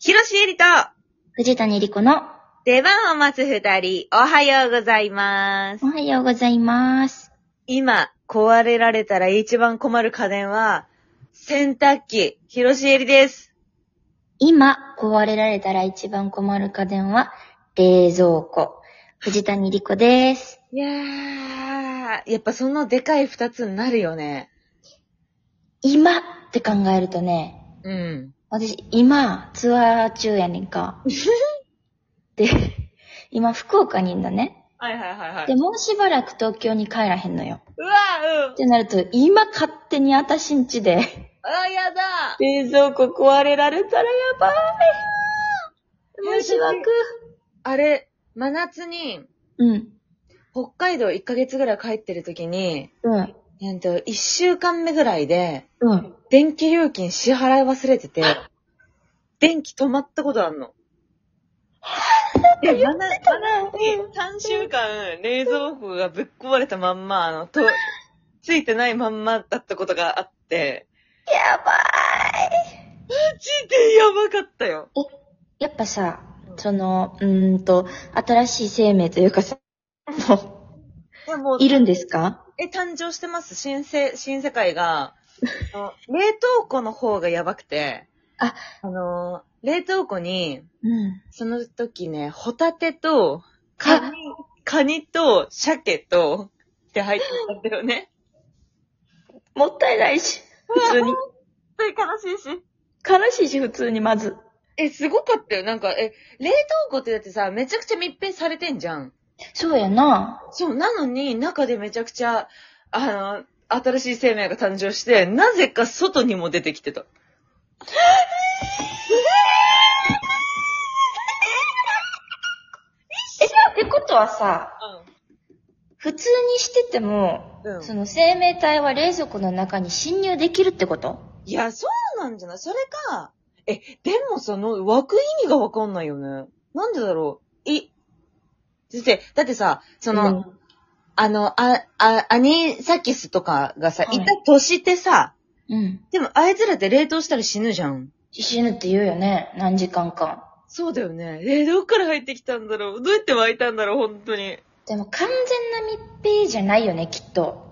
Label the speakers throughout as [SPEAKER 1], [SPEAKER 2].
[SPEAKER 1] 広ロえりと、
[SPEAKER 2] 藤谷莉子の
[SPEAKER 1] 出番を待つ二人、おはようございます
[SPEAKER 2] お。はようございます。
[SPEAKER 1] 今、壊れられたら一番困る家電は、洗濯機、広ロえりです。
[SPEAKER 2] 今、壊れられたら一番困る家電は、冷蔵庫。藤谷莉子です。
[SPEAKER 1] いやー、やっぱそのでかい二つになるよね。
[SPEAKER 2] 今って考えるとね、
[SPEAKER 1] うん。
[SPEAKER 2] 私、今、ツアー中やねんか。で、今、福岡にいんだね。
[SPEAKER 1] はいはいはいは
[SPEAKER 2] で、。もうしばらく東京に帰らへんのよ。
[SPEAKER 1] うわー、うん
[SPEAKER 2] っ。てなると、今勝手に私んちで、
[SPEAKER 1] あー、やだ
[SPEAKER 2] 冷蔵庫壊れられたらやばい。
[SPEAKER 1] ー
[SPEAKER 2] もうしばらく。
[SPEAKER 1] あれ、真夏に、
[SPEAKER 2] うん。
[SPEAKER 1] 北海道1ヶ月ぐらい帰ってる時に、
[SPEAKER 2] うん。
[SPEAKER 1] えっと、1週間目ぐらいで、
[SPEAKER 2] うん。
[SPEAKER 1] 電気料金支払い忘れてて、電気止まったことあん の。で、まな、まな、3週間、冷蔵庫がぶっ壊れたまんま、あの、と、ついてないまんまだったことがあって、
[SPEAKER 2] やばい。
[SPEAKER 1] マジでやばかったよ。
[SPEAKER 2] やっぱさ
[SPEAKER 1] う、ん
[SPEAKER 2] その、うーんと、新しい生命というか さ、も
[SPEAKER 1] いや、もう
[SPEAKER 2] う、いるんですか
[SPEAKER 1] え、誕生してます新世、新世界が、あの冷凍庫の方がやばくて、
[SPEAKER 2] あ、
[SPEAKER 1] あの、冷凍庫に、
[SPEAKER 2] うん。
[SPEAKER 1] その時ね、ホタテと、カニ、カニと、鮭と、って入ってたんだよね。
[SPEAKER 2] もったいないし、普通に。
[SPEAKER 1] 本当に悲しいし。
[SPEAKER 2] 悲しいし、普通にまず。
[SPEAKER 1] え、すごかったよ。なんか、え、冷凍庫ってだってさ、めちゃくちゃ密閉されてんじゃん。
[SPEAKER 2] そうやな。
[SPEAKER 1] そう、なのに、中でめちゃくちゃ、あの、新しい生命が誕生して、なぜか外にも出てきてた。
[SPEAKER 2] え、ってことはさ、普通にしてても、
[SPEAKER 1] うん
[SPEAKER 2] その生命体は冷蔵庫の中に侵入できるってこと
[SPEAKER 1] いや、そうなんじゃないそれか、え、でもその、湧く意味がわかんないよね。なんでだろうい、だって、だってさ、その、
[SPEAKER 2] うん
[SPEAKER 1] あの、あ、あ、アニサキスとかがさ、
[SPEAKER 2] はい
[SPEAKER 1] いたとしてさ、
[SPEAKER 2] うん。
[SPEAKER 1] でもあいつらって冷凍したら死ぬじゃん。
[SPEAKER 2] 死ぬって言うよね、何時間か。
[SPEAKER 1] そうだよね。えーどっから入ってきたんだろうどうやって湧いたんだろう本当に。
[SPEAKER 2] でも完全な密閉じゃないよね、きっと。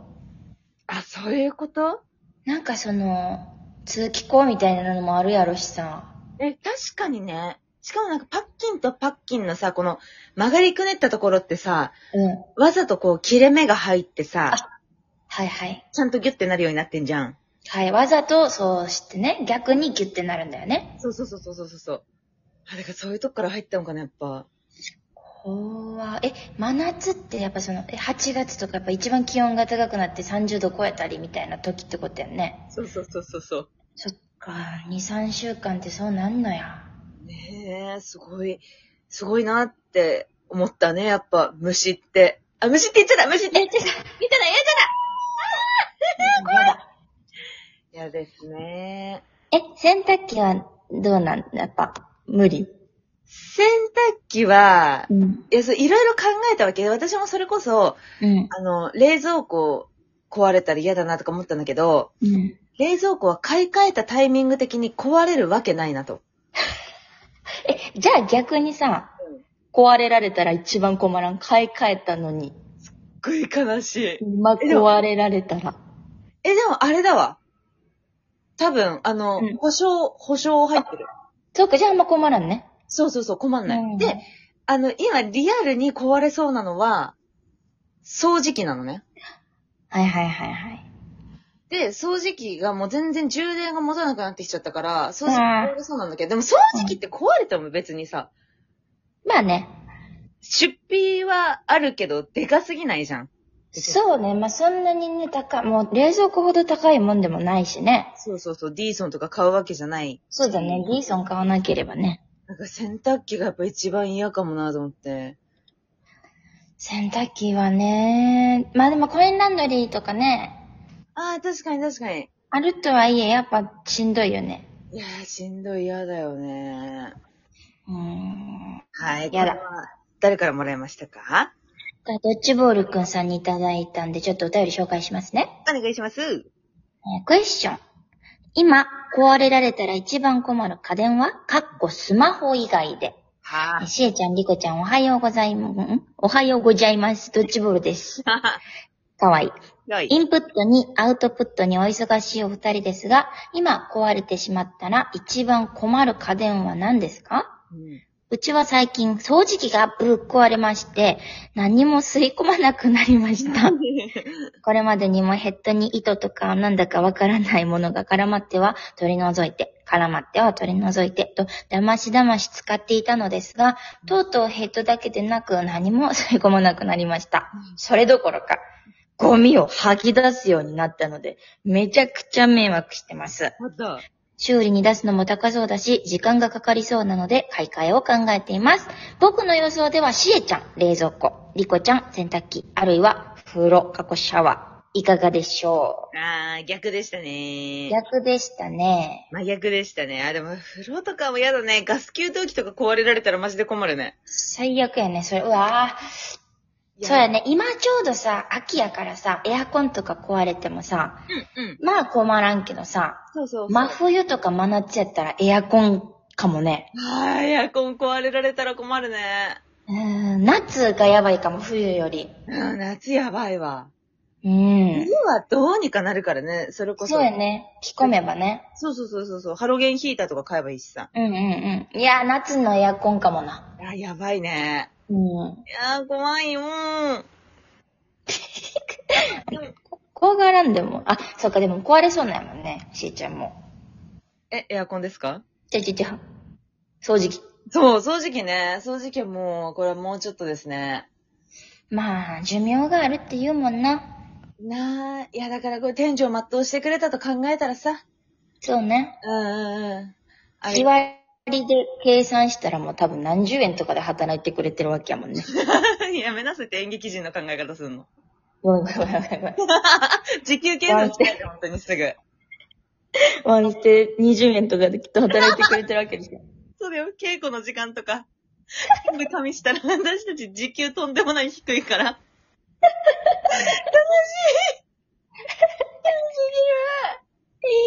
[SPEAKER 1] あ、そういうこと
[SPEAKER 2] なんかその、通気口みたいなのもあるやろしさ。
[SPEAKER 1] え、確かにね。しかもなんかパッキンとパッキンのさ、この曲がりくねったところってさ、
[SPEAKER 2] うん。
[SPEAKER 1] わざとこう切れ目が入ってさ、
[SPEAKER 2] はいはい。
[SPEAKER 1] ちゃんとギュッてなるようになってんじゃん。
[SPEAKER 2] はい、わざとそうしてね、逆にギュッてなるんだよね。
[SPEAKER 1] そうそうそうそうそうそう。あ、だからそういうとこから入ったのかな、やっぱ。
[SPEAKER 2] 怖え、真夏ってやっぱその、え、8月とかやっぱ一番気温が高くなって30度超えたりみたいな時ってことやんね。
[SPEAKER 1] そうそうそうそうそう。
[SPEAKER 2] そっか、2、3週間ってそうなんのや。
[SPEAKER 1] ねえ、すごい、すごいなって思ったね、やっぱ、虫って。あ、虫って言っちゃった虫って言っちゃった言っちゃった言っちゃ
[SPEAKER 2] やだ。
[SPEAKER 1] ったいやですね。
[SPEAKER 2] え、洗濯機はどうなんやっぱ、無理。
[SPEAKER 1] 洗濯機は、
[SPEAKER 2] うん。
[SPEAKER 1] いや、そう、いろいろ考えたわけで、私もそれこそ、
[SPEAKER 2] うん。
[SPEAKER 1] あの、冷蔵庫壊れたら嫌だなとか思ったんだけど、
[SPEAKER 2] うん。
[SPEAKER 1] 冷蔵庫は買い替えたタイミング的に壊れるわけないなと。
[SPEAKER 2] え、じゃあ逆にさ、壊れられたら一番困らん。買い替えたのに。
[SPEAKER 1] すっごい悲しい。
[SPEAKER 2] 今壊れられたら。
[SPEAKER 1] え、でもあれだわ。多分、あの、
[SPEAKER 2] うん
[SPEAKER 1] 保証、保証入ってる。
[SPEAKER 2] そうか、じゃああんま困らんね。
[SPEAKER 1] そうそうそう、困んない。
[SPEAKER 2] うん
[SPEAKER 1] で、あの、今、リアルに壊れそうなのは、掃除機なのね。
[SPEAKER 2] はいはいはいはい。
[SPEAKER 1] で、掃除機がもう全然充電が持たなくなってきちゃったから、掃除機
[SPEAKER 2] あー
[SPEAKER 1] 壊れそうなんだけど、でも掃除機って壊れても別にさ、
[SPEAKER 2] まあね。
[SPEAKER 1] 出費はあるけど、でかすぎないじゃん。
[SPEAKER 2] そうね。まあそんなにね、高い、もう冷蔵庫ほど高いもんでもないしね。
[SPEAKER 1] そうそうそう、ディーソンとか買うわけじゃない。
[SPEAKER 2] そうだね。リーソン買わなければね。
[SPEAKER 1] なんか洗濯機がやっぱ一番嫌かもなと思って。
[SPEAKER 2] 洗濯機はね、まあでもコインランドリーとかね、
[SPEAKER 1] ああ、確かに確かに。
[SPEAKER 2] あるとはいえやっぱしんどいよね。
[SPEAKER 1] いやー、しんどい嫌だよね。
[SPEAKER 2] うーん。
[SPEAKER 1] はい、
[SPEAKER 2] やだ
[SPEAKER 1] これは誰からもらいましたか
[SPEAKER 2] じゃあドッジボールくんさんにいただいたんで、ちょっとお便り紹介しますね。
[SPEAKER 1] お願いします。
[SPEAKER 2] えークエスチョン。今、壊れられたら一番困る家電はかっこスマホ以外で。
[SPEAKER 1] は
[SPEAKER 2] しえちゃん、りこちゃん、おはようございます。んおはようございます。ドッジボールです。
[SPEAKER 1] あ。
[SPEAKER 2] かわいい。
[SPEAKER 1] よい
[SPEAKER 2] イ。ンプットにアウトプットにお忙しいお二人ですが、今壊れてしまったら一番困る家電は何ですか
[SPEAKER 1] うん
[SPEAKER 2] うちは最近掃除機がぶっ壊れまして、何も吸い込まなくなりました。これまでにもヘッドに糸とかなんだかわからないものが絡まっては取り除いて、絡まっては取り除いてと、騙し騙し使っていたのですが、とうとうヘッドだけでなく何も吸い込まなくなりました。それどころか、ゴミを吐き出すようになったので、めちゃくちゃ迷惑してます。
[SPEAKER 1] ほんと。
[SPEAKER 2] 修理に出すのも高そうだし、時間がかかりそうなので、買い替えを考えています。僕の予想では、しえちゃん、冷蔵庫、りこちゃん、洗濯機、あるいは、風呂、過去シャワー。いかがでしょ
[SPEAKER 1] あー、逆でした
[SPEAKER 2] う
[SPEAKER 1] ね。
[SPEAKER 2] 逆でしたね。
[SPEAKER 1] 真逆でしたね。あ、でも、風呂とかも嫌だね。ガス給湯器とか壊れられたらマジで困るね。
[SPEAKER 2] 最悪やね、それ。うわぁ。そうやね、今ちょうどさ、秋やからさ、エアコンとか壊れてもさ、
[SPEAKER 1] うん。うん。
[SPEAKER 2] まあ困らんけどさ、
[SPEAKER 1] そうそうそう。
[SPEAKER 2] 真冬とか真夏やったらエアコンかもね。
[SPEAKER 1] あー、エアコン壊れられたら困るね。
[SPEAKER 2] うーん、夏がやばいかも、冬より。
[SPEAKER 1] うん、夏やばいわ。
[SPEAKER 2] うん。
[SPEAKER 1] 冬はどうにかなるからね。それこそ。
[SPEAKER 2] そうやね。着込めばね。
[SPEAKER 1] そうそうそうそうそう。ハロゲンヒーターとか買えばいいしさ。
[SPEAKER 2] うんうんうん。いやー、夏のエアコンかもな。
[SPEAKER 1] あ、やばいね。
[SPEAKER 2] うん。
[SPEAKER 1] いやー、怖いよー。
[SPEAKER 2] 怖がらんでも。あ、そうか、でも壊れそうなんやもんね。しーちゃんも。
[SPEAKER 1] え、エアコンですか
[SPEAKER 2] ちゃちゃちゃ。掃除機。
[SPEAKER 1] そう、掃除機ね。掃除機はもう、これはもうちょっとですね。
[SPEAKER 2] まあ、寿命があるって言うもんな。
[SPEAKER 1] なあ、いやだからこれ天井を全うしてくれたと考えたらさ。
[SPEAKER 2] そうね。
[SPEAKER 1] うんうんうん。あ
[SPEAKER 2] 日
[SPEAKER 1] れ、
[SPEAKER 2] 割りで計算したらもう多分何十円とかで働いてくれてるわけやもんね。
[SPEAKER 1] やめなさいって演劇人の考え方すんの。
[SPEAKER 2] ごめんごめんごめんごめん。
[SPEAKER 1] 時給計算して本当にすぐ。
[SPEAKER 2] ワンして20円とかできっと働いてくれてるわけでしょ。
[SPEAKER 1] それを稽古の時間とか、全部加味したら私たち時給とんでもない低いから。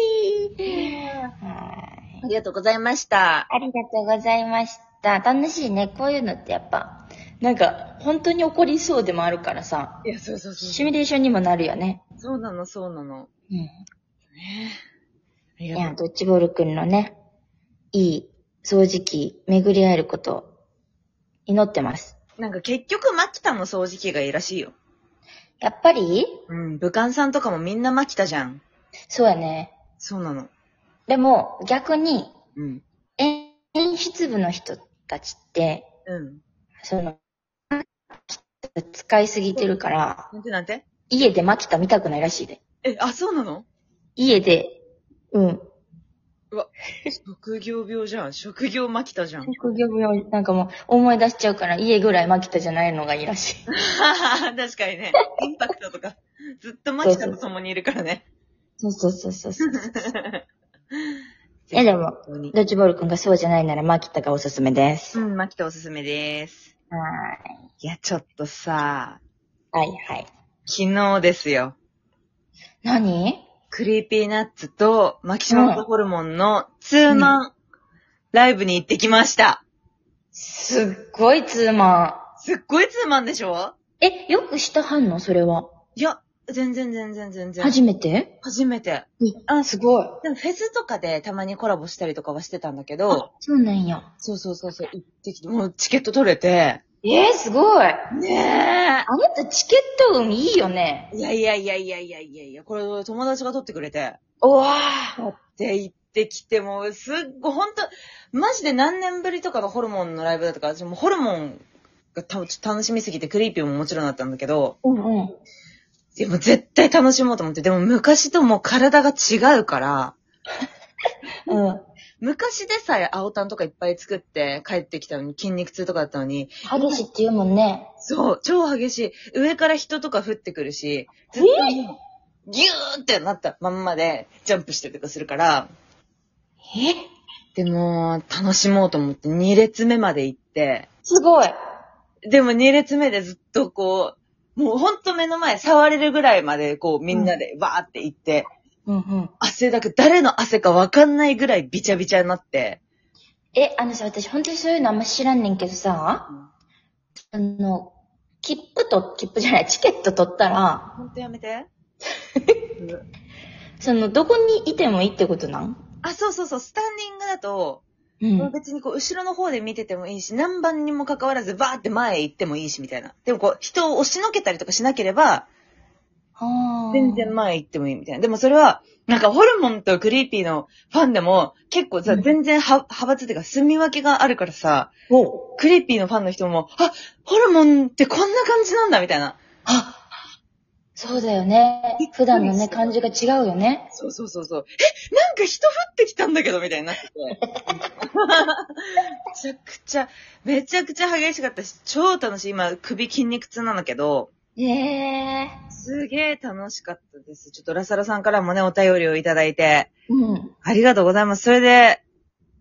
[SPEAKER 2] はい。
[SPEAKER 1] ありがとうございました。
[SPEAKER 2] ありがとうございました。楽しいね。こういうのってやっぱ、なんか、本当に起こりそうでもあるからさ、
[SPEAKER 1] いや、そうそうそう。
[SPEAKER 2] シミュレーションにもなるよね。
[SPEAKER 1] そうなの、そうなの。
[SPEAKER 2] うん。
[SPEAKER 1] あり
[SPEAKER 2] い
[SPEAKER 1] がとう
[SPEAKER 2] や、ドッジボールくんのね、いい掃除機、巡り合えることを祈ってます。
[SPEAKER 1] なんか結局、マキタも掃除機がいいらしいよ。
[SPEAKER 2] やっぱり
[SPEAKER 1] うん、武漢さんとかもみんなマキタじゃん。
[SPEAKER 2] そうやね。
[SPEAKER 1] そうなの。
[SPEAKER 2] でも、逆に、
[SPEAKER 1] うん。
[SPEAKER 2] 演演出部の人たちって、
[SPEAKER 1] うん。
[SPEAKER 2] その、使いすぎてるから、
[SPEAKER 1] なんてなんて
[SPEAKER 2] 家でマキタ見たくないらしいで。
[SPEAKER 1] え、あ、そうなの
[SPEAKER 2] 家で、うん、
[SPEAKER 1] 職業病じゃん。職業マキタじゃん。
[SPEAKER 2] 職業病、なんかもう思い出しちゃうから家ぐらいマキタじゃないのがいいらしい。
[SPEAKER 1] 確かにね。インパクトとか。ずっとマキタと共にいるからね。
[SPEAKER 2] そうそうそうそうそう。
[SPEAKER 1] え
[SPEAKER 2] え、でも、
[SPEAKER 1] 本当に。
[SPEAKER 2] ドッジボールくんがそうじゃないならマキタがおすすめです。
[SPEAKER 1] う
[SPEAKER 2] は
[SPEAKER 1] ん、マキタおすすめです。
[SPEAKER 2] ー
[SPEAKER 1] いや、ちょっとさ、
[SPEAKER 2] い。はいはい。
[SPEAKER 1] 昨日ですよ。
[SPEAKER 2] 何
[SPEAKER 1] クリーピーナッツとマキシマムホルモンのツーマンライブに行ってきました。
[SPEAKER 2] すっごいツーマ
[SPEAKER 1] すっごいツーマンでしょ
[SPEAKER 2] ン。え、よくしたはんのそれは。
[SPEAKER 1] いや、全然全然全然。
[SPEAKER 2] 初めて
[SPEAKER 1] 初めて。
[SPEAKER 2] あ、すごい。
[SPEAKER 1] でもフェスとかでたまにコラボしたりとかはしてたんだけ
[SPEAKER 2] あ
[SPEAKER 1] ど、、
[SPEAKER 2] そうなんや。
[SPEAKER 1] そうそうそうそう、行ってきて、もうチケット取れて。
[SPEAKER 2] えー、すごい。あ
[SPEAKER 1] ね
[SPEAKER 2] なたチケット運いいよね。
[SPEAKER 1] え。いやいやいやいやいやいやいや、これ友達が取ってくれて。
[SPEAKER 2] うわー
[SPEAKER 1] で、行ってきて、もうすっごい、ほんと、マジで何年ぶりとかのホルモンのライブだとか、私もうホルモンがたちょっと楽しみすぎて、クリーピーももちろんだったんだけど、
[SPEAKER 2] うんうん。
[SPEAKER 1] でも絶対楽しもうと思って、でも昔ともう体が違うから、
[SPEAKER 2] うん。
[SPEAKER 1] 昔でさえ青タンとかいっぱい作って帰ってきたのに筋肉痛とかだったのに、
[SPEAKER 2] 激しいって言うもんね。
[SPEAKER 1] そう、超激しい。上から人とか降ってくるし、ずっともうギューってなったまんまでジャンプしてとかするから、
[SPEAKER 2] え
[SPEAKER 1] でも、楽しもうと思って2列目まで行って、
[SPEAKER 2] すごい。
[SPEAKER 1] でも2列目でずっとこう、もうほんと目の前触れるぐらいまでこうみんなでバーって行って、
[SPEAKER 2] うんうん。
[SPEAKER 1] 汗だく、誰の汗かわかんないぐらいびちゃびちゃになって。
[SPEAKER 2] え、あのさ、私本当にそういうのあんま知らんねんけどさ、あの、切符と、切符じゃない、チケット取ったら、
[SPEAKER 1] ほんとやめて。
[SPEAKER 2] その、どこにいてもいいってことなん
[SPEAKER 1] あ、そうそうそう、スタンディングだと、
[SPEAKER 2] うん。
[SPEAKER 1] 別にこう、後ろの方で見ててもいいし、何番にも関わらず、バーって前へ行ってもいいし、みたいな。でもこう、人を押しのけたりとかしなければ、
[SPEAKER 2] あー
[SPEAKER 1] 全然。前へ行ってもいいみたいな。でもそれは、なんかホルモンとクリーピーのファンでも、結構さ、
[SPEAKER 2] うん
[SPEAKER 1] 全然は派閥っていうか、住み分けがあるからさ、
[SPEAKER 2] お
[SPEAKER 1] クリーピーのファンの人も、あ、ホルモンってこんな感じなんだ、みたいな。
[SPEAKER 2] あそうだよね
[SPEAKER 1] びっくりし。た
[SPEAKER 2] 普段のね、感じが違うよね。
[SPEAKER 1] そうそうそうそう。え、なんか人降ってきたんだけど、みたいになってて。 めちゃくちゃ、めちゃくちゃ激しかったし、超楽しい。今、首筋肉痛なんだけど、
[SPEAKER 2] ええ
[SPEAKER 1] すげえ楽しかったです。ちょっとラサラさんからもね、お便りをいただいて、
[SPEAKER 2] うん。
[SPEAKER 1] ありがとうございます。それで、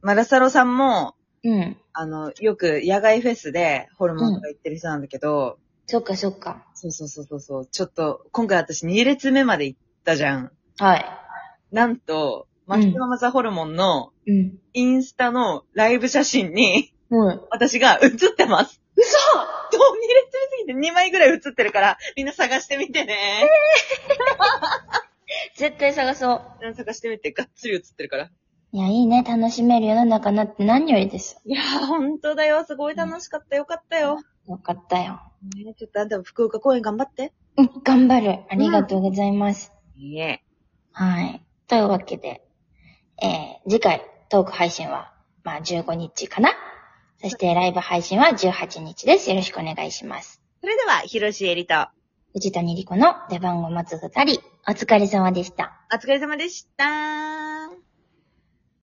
[SPEAKER 1] まあ、ラサロさんも、
[SPEAKER 2] うん。
[SPEAKER 1] あの、よく野外フェスでホルモンとか行ってる人なんだけど、
[SPEAKER 2] そっかそっか。
[SPEAKER 1] そうそうそうそうそう、ちょっと、今回私2列目まで行ったじゃん。
[SPEAKER 2] はい。
[SPEAKER 1] なんと、
[SPEAKER 2] うん
[SPEAKER 1] 松山ザホルモンの、
[SPEAKER 2] うん。
[SPEAKER 1] インスタのライブ写真に、
[SPEAKER 2] うん。
[SPEAKER 1] 私が写ってます。
[SPEAKER 2] 嘘
[SPEAKER 1] どう見れすぎて2枚ぐらい写ってるから、みんな探してみてね。
[SPEAKER 2] 絶対探そう。
[SPEAKER 1] みんな探してみて、がっつり写ってるから。
[SPEAKER 2] いや、いいね。楽しめる世の中なって何よりです。
[SPEAKER 1] いやー、ほんとだよ。すごい楽しかった。よかったよ。
[SPEAKER 2] よかったよ。
[SPEAKER 1] ねちょっとあんたも福岡公演頑張って。
[SPEAKER 2] うん、頑張る。ありがとうございます。
[SPEAKER 1] いえ。
[SPEAKER 2] はい。というわけで、えー、次回トーク配信は、まあ、15日かな。そしてライブ配信は18日です。よろしくお願いします。
[SPEAKER 1] それでは、広しえりと、
[SPEAKER 2] 藤谷莉子の出番を待つ二人、お疲れ様でした。
[SPEAKER 1] お疲れ様でした。